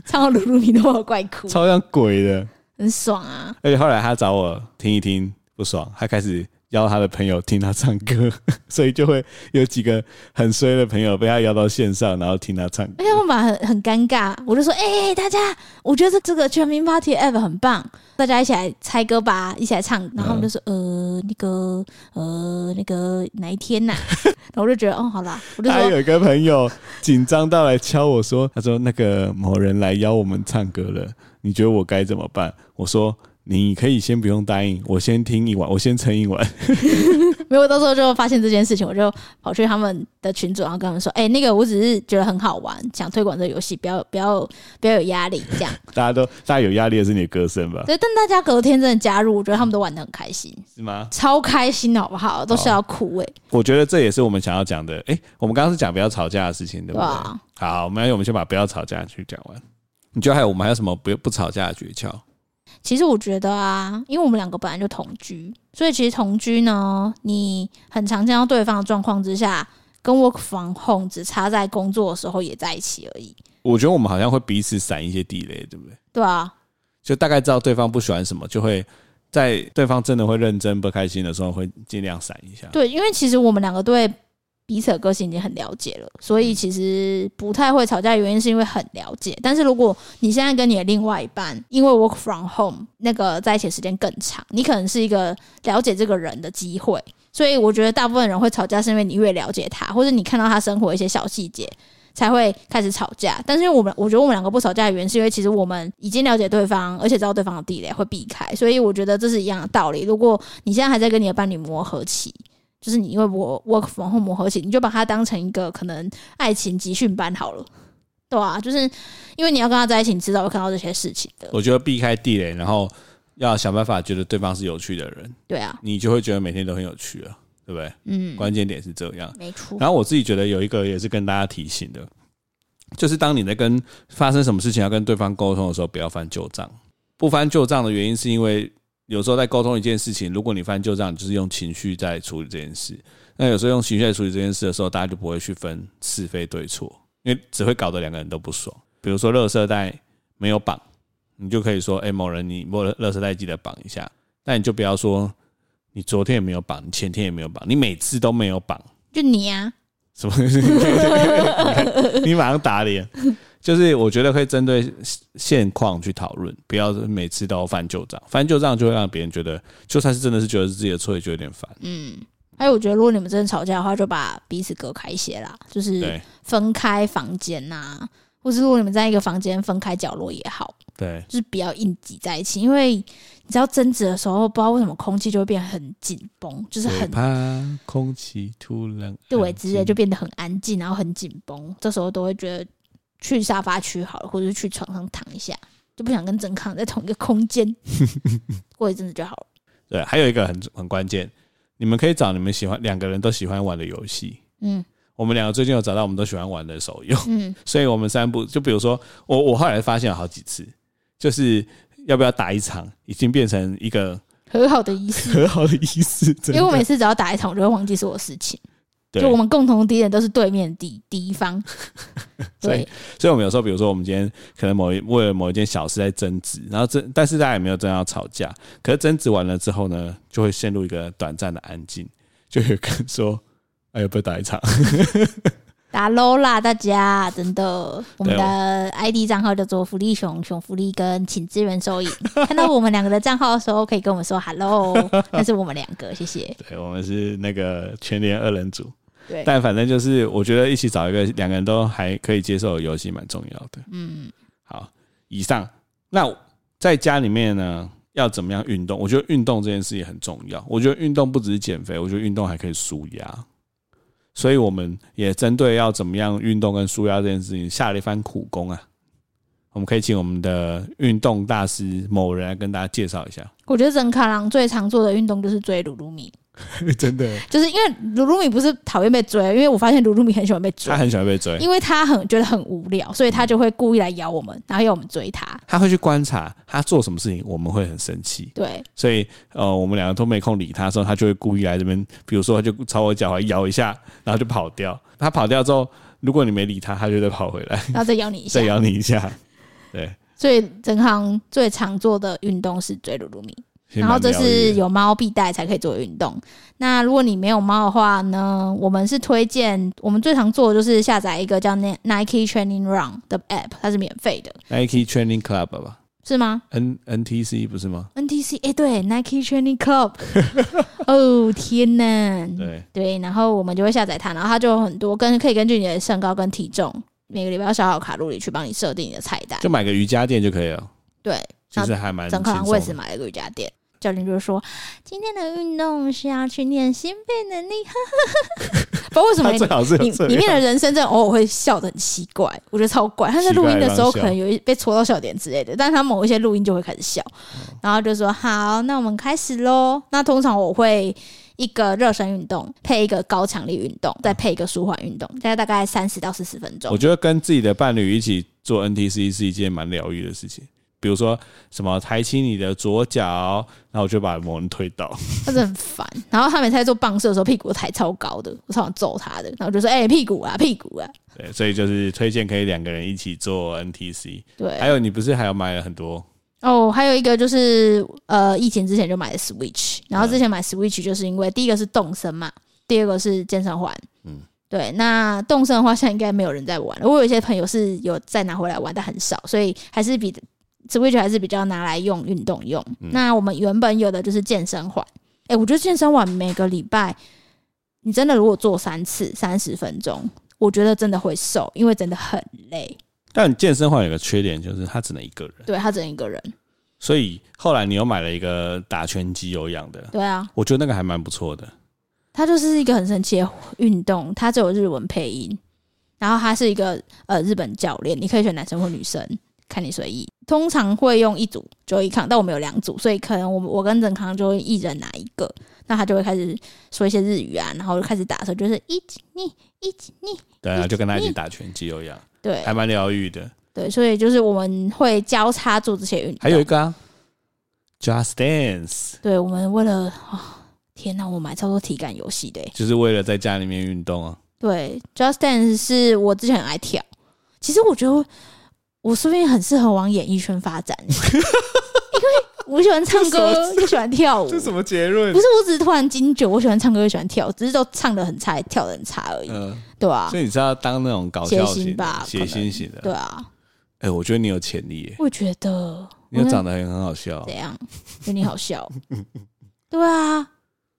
唱到鲁鲁米诺怪哭，
超像鬼的。
很爽啊！
而且后来他找我听一听不爽，他开始邀他的朋友听他唱歌， 所以就会有几个很衰的朋友被他邀到线上，然后听他唱歌。
而且我们很很尴尬，我就说：“哎、大家，我觉得这个全民 Party App 很棒，大家一起来猜歌吧，一起来唱。”然后我们就说：“呃，那个，呃，那个哪一天呐、然后我就觉得：“哦，好啦，我就
他
说
有一个朋友紧张到来敲我说：“他说那个某人来邀我们唱歌了，你觉得我该怎么办？”我说：“你可以先不用答应，我先听一晚，我先撑一晚。
没有，到时候就发现这件事情，我就跑去他们的群组，然后跟他们说：‘哎、那个我只是觉得很好玩，想推广这个游戏，不要不要不要有压力这样。’
大家都大家有压力的是你的歌声吧？
对，但大家隔天真的加入，我觉得他们都玩的很开心，
是吗？
超开心的好不好？都是要哭哎、
我觉得这也是我们想要讲的。诶，我们刚刚是讲不要吵架的事情，对不
对
对？
吧？
好，没关系，我们先把不要吵架去讲完。你觉得还有我们还有什么不不吵架的诀窍？
其实我觉得啊，因为我们两个本来就同居，所以其实同居呢，你很常见到对方的状况之下，跟 work from home 只差在工作的时候也在一起而已，
我觉得我们好像会彼此闪一些地雷，对不对？
对啊，
就大概知道对方不喜欢什么，就会在对方真的会认真不开心的时候，会尽量闪一下。
对，因为其实我们两个对彼此的个性已经很了解了，所以其实不太会吵架，原因是因为很了解。但是如果你现在跟你的另外一半，因为 work from home 那个在一起的时间更长，你可能是一个了解这个人的机会。所以我觉得大部分人会吵架，是因为你越了解他，或者你看到他生活一些小细节。才会开始吵架，但是因为我们，我觉得我们两个不吵架的原因，是因为其实我们已经了解对方，而且知道对方的地雷会避开，所以我觉得这是一样的道理。如果你现在还在跟你的伴侣磨合期，就是你因为我 work from home 磨合期，你就把它当成一个可能爱情集训班好了，对啊，就是因为你要跟他在一起，你迟早会看到这些事情的，
我觉得避开地雷，然后要想办法觉得对方是有趣的人，
对啊，
你就会觉得每天都很有趣了，对不对？
嗯，
关嗯键点是这样。
没错，
然后我自己觉得有一个也是跟大家提醒的，就是当你在跟发生什么事情要跟对方沟通的时候，不要翻旧账。不翻旧账的原因是因为有时候在沟通一件事情，如果你翻旧账，你就是用情绪在处理这件事。那有时候用情绪在处理这件事的时候，大家就不会去分是非对错，因为只会搞得两个人都不爽。比如说，垃圾袋没有绑，你就可以说：“哎、某人，你我的垃圾袋记得绑一下。”但你就不要说你昨天也没有绑，你前天也没有绑，你每次都没有绑。
就你啊，
什么？ 你马上打脸。就是我觉得会针对现况去讨论，不要每次都翻旧账，翻旧账就会让别人觉得，就算是真的是觉得是自己的错，也觉得有点烦。
嗯。还有，我觉得如果你们真的吵架的话，就把彼此隔开一些啦，就是
对
分开房间呐、或是如果你们在一个房间分开角落也好，
对，
就是不要硬挤在一起，因为你知道争执的时候，不知道为什么空气就会变很紧绷，就是
我
很
怕空气突然
对
安
之
静
类，就变得很安静，然后很紧绷。这时候都会觉得去沙发区好了，或者是去床上躺一下，就不想跟郑康在同一个空 间。过一阵子就好了。
对。还有一个很很关键，你们可以找你们喜欢两个人都喜欢玩的游戏。
嗯
我们两个最近有找到我们都喜欢玩的手游，
嗯，
所以我们三步，就比如说我我后来发现有好几次，就是要不要打一场，已经变成一个
和好的仪式。
和好的意思， 真
因
的
为我每次只要打一场，我就会忘记是我的事情。
对
就我们共同敌人都是对面敌敌 方。
所以
对，
所以我们有时候，比如说我们今天可能某一为了某一件小事在争执，然后争，但是大家也没有真的要吵架，可是争执完了之后呢，就会陷入一个短暂的安静，就有个人说：“哎，要不要打一场
打 low 啦，大家真的，我们
对啊
的 ID 账号叫做福利熊熊福利跟请支援收银。 看到我们两个的账号的时候，可以 跟我们说 hello，那是我们两个，谢谢。？”
对，我们是那个全联二人组，
对，
但反正就是，我觉得一起找一个两个人都还可以接受的游戏蛮重要的。
嗯，
好，以上。那在家里面呢，要怎么样运动？我觉得运动这件事也很重要。我觉得运动不只是减肥，我觉得运动还可以舒压。所以我们也针对要怎么样运动跟舒压这件事情，下了一番苦功啊。我们可以请我们的运动大师某人来跟大家介绍一下。
我觉得整卡郎最常做的运动就是追鲁鲁米，
真的，
就是因为鲁鲁米不是讨厌被追，因为我发现鲁鲁米很喜欢被追
他，很喜欢被追，嗯
因为他很觉得很无聊，所以他就会故意来咬我们，然后要我们追他。
他会去观察他做什么事情，我们会很生气。
对，
所以呃，我们两个都没空理他的时候，他就会故意来这边，比如说他就朝我脚踝摇一下，然后就跑掉。他跑掉之后，如果你没理他，他就再跑回来，
然后再咬你一下
再。咬你一下。对，
所以整行最常做的运动是追鲁鲁米，
其实
然后
蛮
这
疗愈
是
的
有猫必带才可以做的运动。那如果你没有猫的话呢，我们是推荐我们最常做的就是下载一个叫 Ni- Nike Training Run 的 app，它是免费的，
Nike Training Club 吧
是吗
，N NTC 不是吗？
？NTC 哎、对，Nike Training Club，哦天呐，
对，
对，然后我们就会下载它，然后它就有很多跟可以根据你的身高跟体重，每个礼拜要消耗卡路里去帮你设定你的菜单。
就买个瑜伽垫就可以了。
对，
其实还蛮轻
整可
松
能为此
的。
买了一个瑜伽垫。教练就说：“今天的运动是要去练心肺能力。呵呵 呵”不知道为什么
他最好是
你
有这
里面
样，
的人生真的偶尔会笑得很奇怪，我觉得超怪。他在录音的时候
奇
可
怪的
能有一被戳到笑点之类的，但他某一些录音就会开始笑，
哦
然后就说：“好，那我们开始喽。”那通常我会一个热身运动，配一个高强力运动，再配一个舒缓运动，大概大概三十到四十分
我
钟。
觉得跟自己的伴侣一起做 NTC 是一件蛮疗愈的事情。比如说什么抬起你的左脚，然后我就把某人推倒。
他真的很烦。然后他每次在做棒式的时候，屁股都抬超高的，我超想揍他的。然后我就说：“哎、屁股啊，屁股啊。”
对，所以就是推荐可以两个人一起做 NTC。
对，
还有，你不是还有买了很多？
哦，还有一个就是呃，疫情之前就买的 Switch，然后之前买 Switch 就是因为第一个是动森嘛，第二个是健身环，
嗯
嗯，对。那动森的话，现在应该没有人在玩了。我有一些朋友是有再拿回来玩，但很少，所以还是比 Switch 还是比较拿来用运动用。那我们原本有的就是健身环，哎、我觉得健身环每个礼拜你真的如果做三次三十分钟，我觉得真的会瘦，因为真的很累。
但健身环有个缺点，就是它只能一个人。
对他只能一个人，
所以后来你又买了一个打拳击有氧的，
对啊，
我觉得那个还蛮不错的。
它就是一个很神奇的运动，它只有日文配音，然后它是一个呃日本教练，你可以选男生或女生，看你随意。通常会用一组就一康，但我们有两组，所以可能我我跟整康就会一人拿一个，那他就会开始说一些日语啊，然后就开始打的时候就是一起你一起你，
对啊，就跟他一起打拳击有氧，
对
还蛮疗愈的。
对，所以就是我们会交叉做这些运动。
还有一个啊，Just Dance，
对我们为了哦天哪，我买超多体感游戏的欸、
就是为了在家里面运动啊。
对，Just Dance 是我之前很爱跳。其实我觉得我说不定很适合往演艺圈发展，因为我喜欢唱歌又喜欢跳舞。不
哦么结论？
是，我只是突然惊觉，我喜欢唱歌又喜欢跳，只是都唱的很差，跳的很差而已，
嗯、
对啊
所，以你是要当那种搞笑
谐
型
星吧
的、血
可能
腥型的。
对啊，
哎、我觉得你有潜力耶，
我觉得
你又长得很很好笑啊
怎，样，对你好 笑，对啊，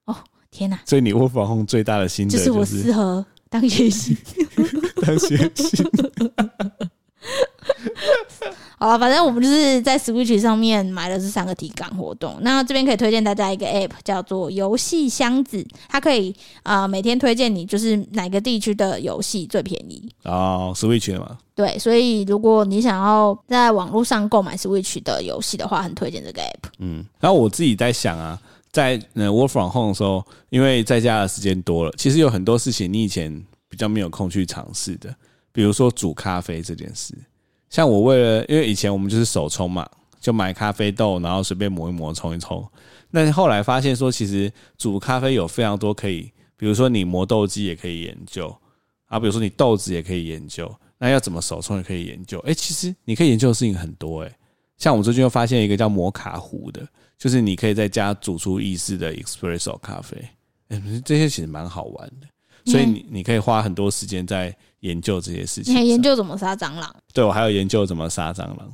哦天哪，
所以你卧房控最大的心得
就是我适合 当谐星。
当谐星。
好了，反正我们就是在 Switch 上面买了这三个体感活动。那这边可以推荐大家一个 App，叫做游戏箱子，它可以呃每天推荐你就是哪个地区的游戏最便宜。
哦，Switch 的嘛，
对，所以如果你想要在网络上购买 Switch 的游戏的话，很推荐这个 App。
嗯。然后我自己在想啊，在呃 work from home 的时候，因为在家的时间多了，其实有很多事情你以前比较没有空去尝试的，比如说煮咖啡这件事。像我为了，因为以前我们就是手冲嘛，就买咖啡豆，然后随便磨一磨，冲一冲。那后来发现说，其实煮咖啡有非常多可以，比如说你磨豆机也可以研究啊，比如说你豆子也可以研究，那要怎么手冲也可以研究。哎、其实你可以研究的事情很多哎、诶像我最近又发现一个叫摩卡壶的，就是你可以在家煮出意式的 espresso 咖啡，哎、这些其实蛮好玩的，所以你你可以花很多时间在研究这些事情上。
你还研究怎么杀蟑螂？
对我还有研究怎么杀蟑螂。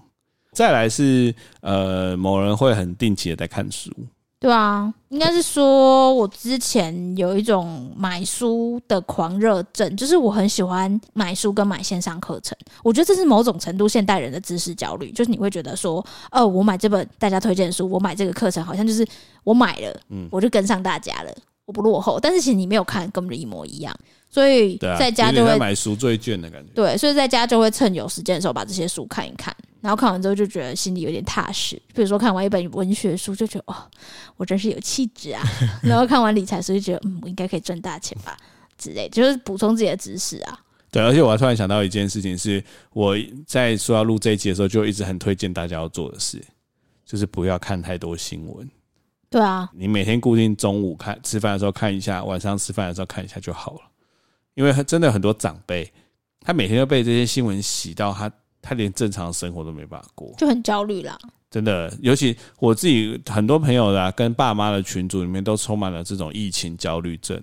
再来是呃，某人会很定期的在看书，
对啊，应该是说我之前有一种买书的狂热症，就是我很喜欢买书跟买线上课程。我觉得这是某种程度现代人的知识焦虑，就是你会觉得说，哦，我买这本大家推荐的书，我买这个课程，好像就是我买了，
嗯
我就跟上大家了，我不落后。但是其实你没有看，根本就一模一样，所以
对啊，
在家
有
就
点
会
在买赎罪券的感觉。
对，所以在家就会趁有时间的时候把这些书看一看，然后看完之后就觉得心里有点踏实。比如说看完一本文学书，就觉得哦，我真是有气质 啊；然后看完理财书，就觉得嗯，我应该可以赚大钱吧之类，就是补充自己的知识啊。
对，而且我还突然想到一件事情是，我在说要录这一集的时候，就一直很推荐大家要做的事，就是不要看太多新闻。
对啊，
你每天固定中午看吃饭的时候看一下，晚上吃饭的时候看一下就好了。因为真的很多长辈，他每天都被这些新闻洗到他，他连正常的生活都没办法过。
就很焦虑啦。
真的，尤其我自己很多朋友啦、跟爸妈的群组里面都充满了这种疫情焦虑症，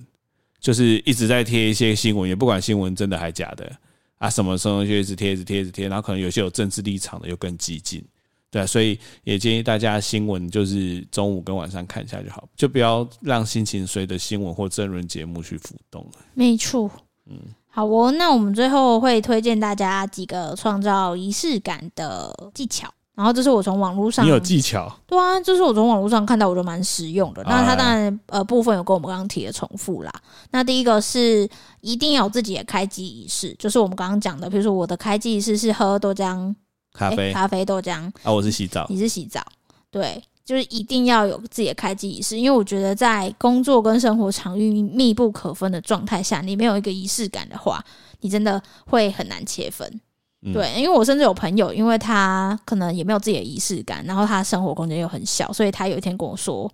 就是一直在贴一些新闻，也不管新闻真的还假的啊，什么什么东西就一直贴，一直贴，一直贴，然后可能有些有政治立场的又更激进，对啊、所以也建议大家新闻就是中午跟晚上看一下就好，就不要让心情随着新闻或政论节目去浮动了。
没错。嗯，好哦。那我们最后会推荐大家几个创造仪式感的技巧。然后这是我从网络上
你有技巧，
对啊，就是我从网络上看到，我觉得蛮实用的。那它
哎
当然呃部分有跟我们刚刚提的重复啦。那第一个是一定要有自己的开机仪式，就是我们刚刚讲的，比如说我的开机仪式是喝豆浆，
咖
诶
啡
咖啡豆浆，
啊，我是洗澡，
你是洗澡，对，就是一定要有自己的开机仪式，因为我觉得在工作跟生活场域密不可分的状态下，你没有一个仪式感的话，你真的会很难切分。
嗯
对，因为我甚至有朋友，因为他可能也没有自己的仪式感，然后他生活空间又很小，所以他有一天跟我说：“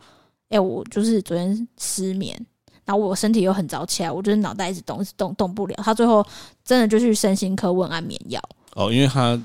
哎、我就是昨天失眠，然后我身体又很早起来，我就是脑袋一直动，一直动动不了。”他最后真的就去身心科问安眠药。
哦，因为他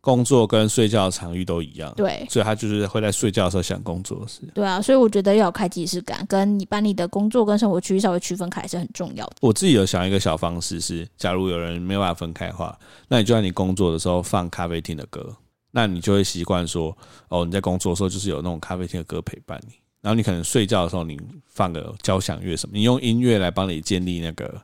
工作跟睡觉的场域都一样，
对，
所以他就是会在睡觉的时候想工作的事。
对啊，所以我觉得要有开机仪式感，跟你把你的工作跟生活区域稍微区分开是很重要的。
我自己有想一个小方式是，假如有人没有办法分开的话，那你就在哦你工作的时候放咖啡厅的歌，那你就会习惯说，哦，你在工作的时候就是有那种咖啡厅的歌陪伴你。然后你可能睡觉的时候，你放个交响乐什么，你用音乐来帮你建立那个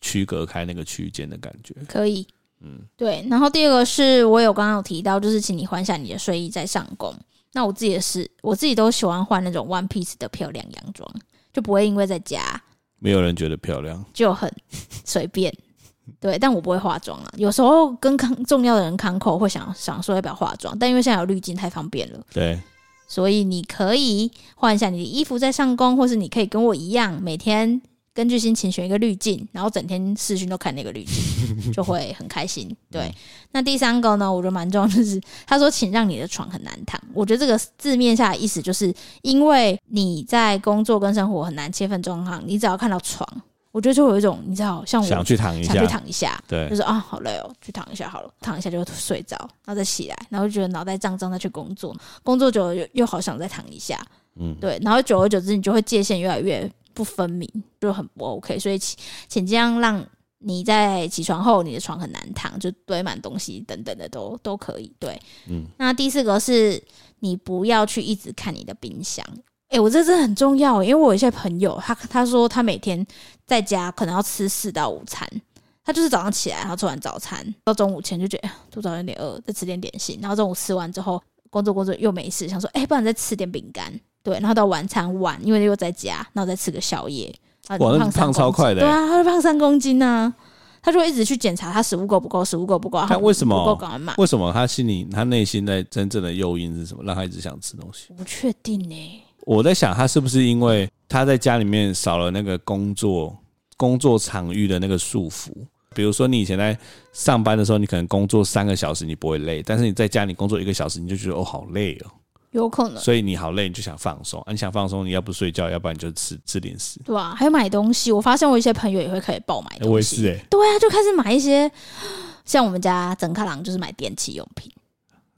区隔开那个区间的感觉。
可以，嗯，对。然后第二个是我有刚刚有提到，就是请你换下你的睡衣再上工。那我自己也是，我自己都喜欢换那种 one piece 的漂亮洋装，就不会因为在家
没有人觉得漂亮，
就很随便。 对，但我不会化妆啊。有时候跟康重要的人康口会想想说要不要化妆，但因为现在有滤镜太方便了，
对，
所以你可以换一下你的衣服再上工，或是你可以跟我一样，每天根据心情选一个滤镜，然后整天视讯都看那个 滤镜，就会很开心。
嗯
对，那第三个呢，我觉得蛮重要，就是他说请让你的床很难躺。我觉得这个字面下的意思就是，因为你在工作跟生活很难切分状况，你只要看到床，我觉得就会有一种你知道，像我
想去躺一
想去
下，
躺一下，
对
就，是啊，好累哦，去躺一下好了，躺一下就睡着，然后再起来，然后就觉得脑袋胀胀，再去工作，工作久了又又好想再躺一下，
嗯，
对，然后久而久之，你就会界限越来越不分明，就很不 OK。所以请请这样让你在起床后，你的床很难躺，就堆满东西等等的都都可以。对，
嗯，
那第四个是你不要去一直看你的冰箱。诶，哎我这真的很重要，因为我有一些朋友，他他说他每天在家可能要吃四到五餐，他就是早上起来，然后吃完早餐，到中午前就觉得哎肚子好像有点饿，再吃点点心，然后中午吃完之后工作工作又没事，想说哎、不然再吃点饼干，对，然后到晚餐晚，因为又在家，然后再吃个宵夜，啊
哇那
胖三
胖超
公斤
快的
对
欸
啊，他就胖三公斤呢、他就会一直去检查他食物够不够，食物够不够，然后
为什么
不够赶快买？
为什么他心里他内心在真正的诱因是什么，让他一直想吃东西？
我不确定欸呢、
我在想，他是不是因为他在家里面少了那个工作工作场域的那个束缚？比如说，你以前在上班的时候，你可能工作三个小时你不会累，但是你在家里工作一个小时，你就觉得哦好累哦，
有可能。
所以你好累，你就想放松、啊。你想放松，你要不睡觉，要不然你就吃吃零食。
对啊，还有买东西，我发现我一些朋友也会开始爆买东西。
我也是哎、
对啊，就开始买一些， 像我们家整卡郎就是买电器用品，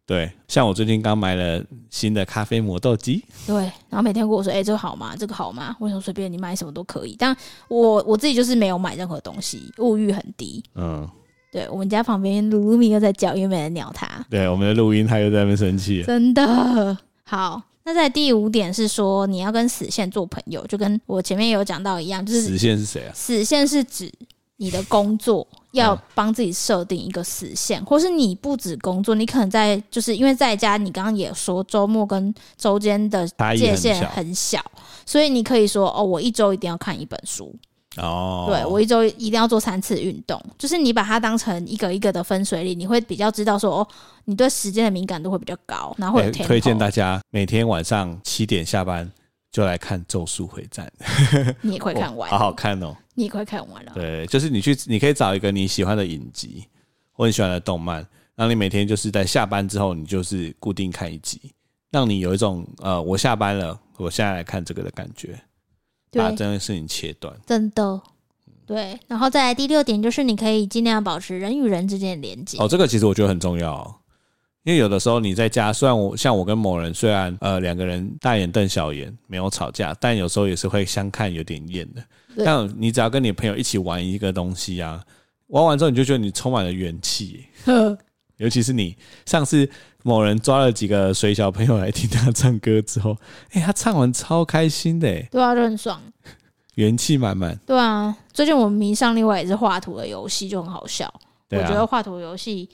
对，像我最近刚买了新的咖啡磨豆机，
对，然后每天跟我说，哎、这个好吗？这个好吗？我想随便你买什么都可以，但我我自己就是没有买任何东西，物欲很低。
嗯，
对我们家旁边鲁鲁米又在叫，因为没人鸟他，
对，我们的录音他又在那边生气了，
真的好。那在第五点是说，你要跟死线做朋友，就跟我前面有讲到一样，就是
死线是谁啊？
死线是指你的工作要
嗯
帮自己设定一个死线，或是你不止工作，你可能在就是因为在家，你刚刚也说周末跟周间的
差异
界
很
限
小
很小，所以你可以说哦，我一周一定要看一本书，
哦，
对我一周一定要做三次运动，就是你把它当成一个一个的分水岭，你会比较知道说哦，你对时间的敏感度会比较高，然后会有
哎
tempo
推荐大家每天晚上七点下班就来看《咒术回战》，
你也会看完，啊
哦好好看哦。
你也会看完了，
对，就是你去，你可以找一个你喜欢的影集或你喜欢的动漫，让你每天就是在下班之后，你就是固定看一集，让你有一种呃，我下班了，我现在来看这个的感觉，把这，
对
件事情切断。
真的。
嗯
对，然后再来第六点就是，你可以尽量保持人与人之间的连接。
哦，这个其实我觉得很重要、哦，因为有的时候你在家，虽然我像我跟某人，虽然呃两个人大眼瞪小眼没有吵架，但有时候也是会相看有点厌的。
对
但你只要跟你朋友一起玩一个东西啊，玩完之后你就觉得你充满了元 气，尤其是你上次某人抓了几个水小朋友来听他唱歌之后，哎、他唱完超开心的、诶
对啊，就很爽。
元气满满。
对啊，最近我们迷上另外一只画图的游戏，就很好笑。
对
我觉得
啊，
画图游戏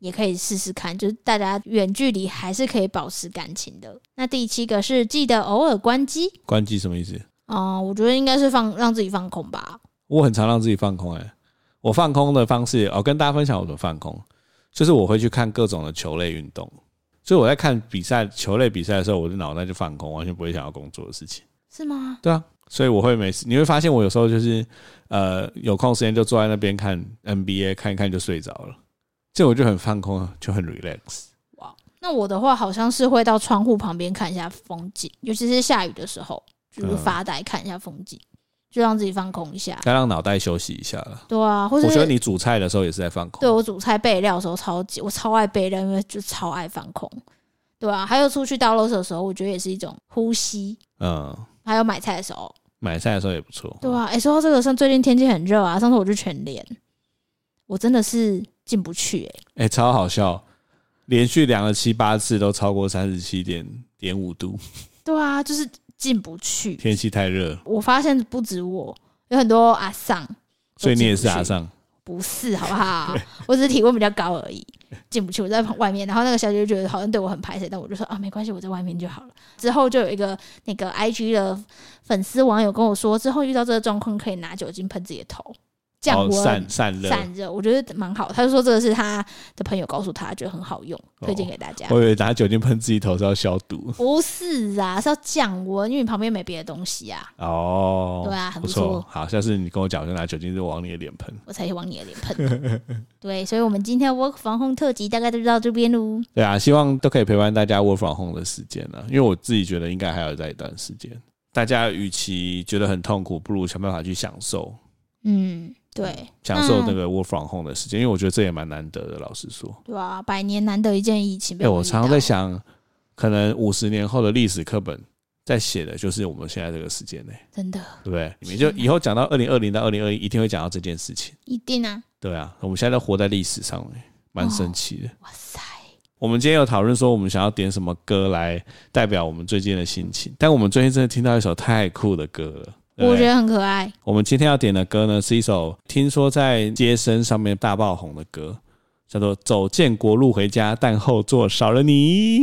也可以试试看，就是大家远距离还是可以保持感情的。那第七个是记得偶尔关机。
关机什么意思？
嗯、我觉得应该是放让自己放空吧。
我很常让自己放空、欸，我放空的方式，哦，跟大家分享我怎么放空，就是我会去看各种的球类运动，所以我在看比赛球类比赛的时候，我的脑袋就放空，完全不会想要工作的事情。
是吗？
对啊，所以我会每次你会发现我有时候就是呃有空时间就坐在那边看 NBA 看一看就睡着了，这我就很放空，就很 relax。
那我的话好像是会到窗户旁边看一下风景，尤其是下雨的时候，就是
嗯
发呆看一下风景，就让自己放空一下。
该让脑袋休息一下了。
对啊，或
我
是
觉得你煮菜的时候也是在放空。
对我煮菜备料的时候超级，我超爱备料，因为就超爱放空，对啊，还有出去倒垃圾的时候，我觉得也是一种呼吸。
嗯，
还有买菜的时候，
买菜的时候也不错。
对啊，哎、说到这个，像最近天气很热啊，上次我去全联，我真的是进不去、哎，
哎、超好笑，连续量了七八次都超过三十七点点五度，
对啊，就是进不去。
天气太热，
我发现不止我，有很多阿丧，
所以你也是啊阿，尚，
不是好不好？ 我只是体温比较高而已，进不去。我在旁外面，然后那个小姐就觉得好像对我很排斥，但我就说啊，没关系，我在外面就好了。之后就有一个那个 IG 的粉丝网友跟我说，之后遇到这个状况可以拿酒精喷自己的头，降
哦，
温、
散散热。
散热，我觉得蛮好。他就说这个是他的朋友告诉他，觉得很好用，
哦
推荐给大家。
我以为拿酒精喷自己头是要消毒
不是啊，是要降温，因为你旁边没别的东西啊。
哦，
对啊很
不
不错
错。好，下次你跟我讲，我就拿酒精就往你的脸喷。
我才往你的脸喷。对，所以，我们今天 work 防控特辑大概就到这边喽。
对啊，希望都可以陪伴大家 work from home 的时间呢、因为我自己觉得应该还有在一段时间。大家与其觉得很痛苦，不如想办法去享受
嗯，对，
享受那个 work from home 的时间，因为我觉得这也蛮难得的。老实说，
对啊，百年难得一见疫情
哎、
被
我
们遇
常常
到
在，想，可能五十年后的历史课本在写的就是我们现在这个时间内、
真的
对不对？你
是
就
啊
以后讲到二零二零到二零二一，一定会讲到这件事情。
一定啊！
对啊，我们现在都活在历史上、欸，蛮
哦
神奇的。
哇塞，
我们今天有讨论说，我们想要点什么歌来代表我们最近的心情，但我们最近真的听到一首太酷的歌了。对不
我
对
觉得很可爱。
我们今天要点的歌呢，是一首听说在街声上面大爆红的歌，叫做《走建国路回家》，但后座少了你。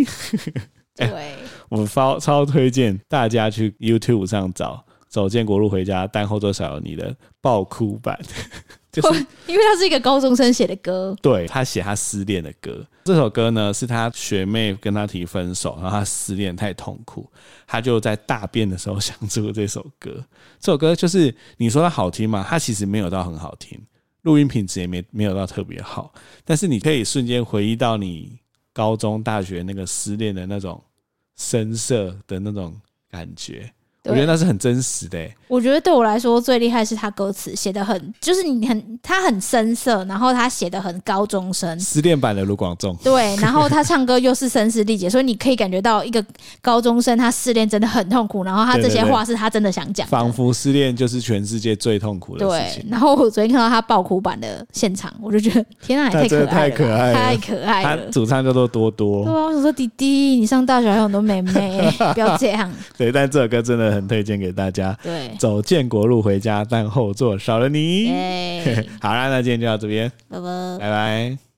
哎
对，
我超超推荐大家去 YouTube 上找《走建国路回家》，但后座少有你的爆哭版， 就是
因为它是一个高中生写的歌，
对他写他失恋的歌。这首歌呢是他学妹跟他提分手，然后他失恋太痛苦，他就在大便的时候想出这首歌。这首歌就是你说它好听嘛，它其实没有到很好听，录音品质也没没有到特别好，但是你可以瞬间回忆到你高中、大学那个失恋的那种深色的那种感觉。我觉得
对
那是很真实的、欸。
我觉得对我来说最厉害是他歌词写的很，就是你很他很深色，然后他写的很高中生，
失恋版的卢广仲，
对，然后他唱歌又是声嘶力竭，所以你可以感觉到一个高中生他失恋真的很痛苦，然后他这些话是他真的想讲的
仿佛失恋就是全世界最痛苦的事
对
情，。
然后我昨天看到他爆哭版的现场，我就觉得天啊，也
那真的
太可爱了吧，
太
太可爱
他
了。
主唱叫做多多
对，啊，我想说弟弟，你上大学还有很多妹 妹，不要这样。
对，但这首歌真的很推荐给大家。
对，
走建国路回家，但后座少了你。
哎 耶，
好啦，那今天就到这边，
拜拜。
拜拜。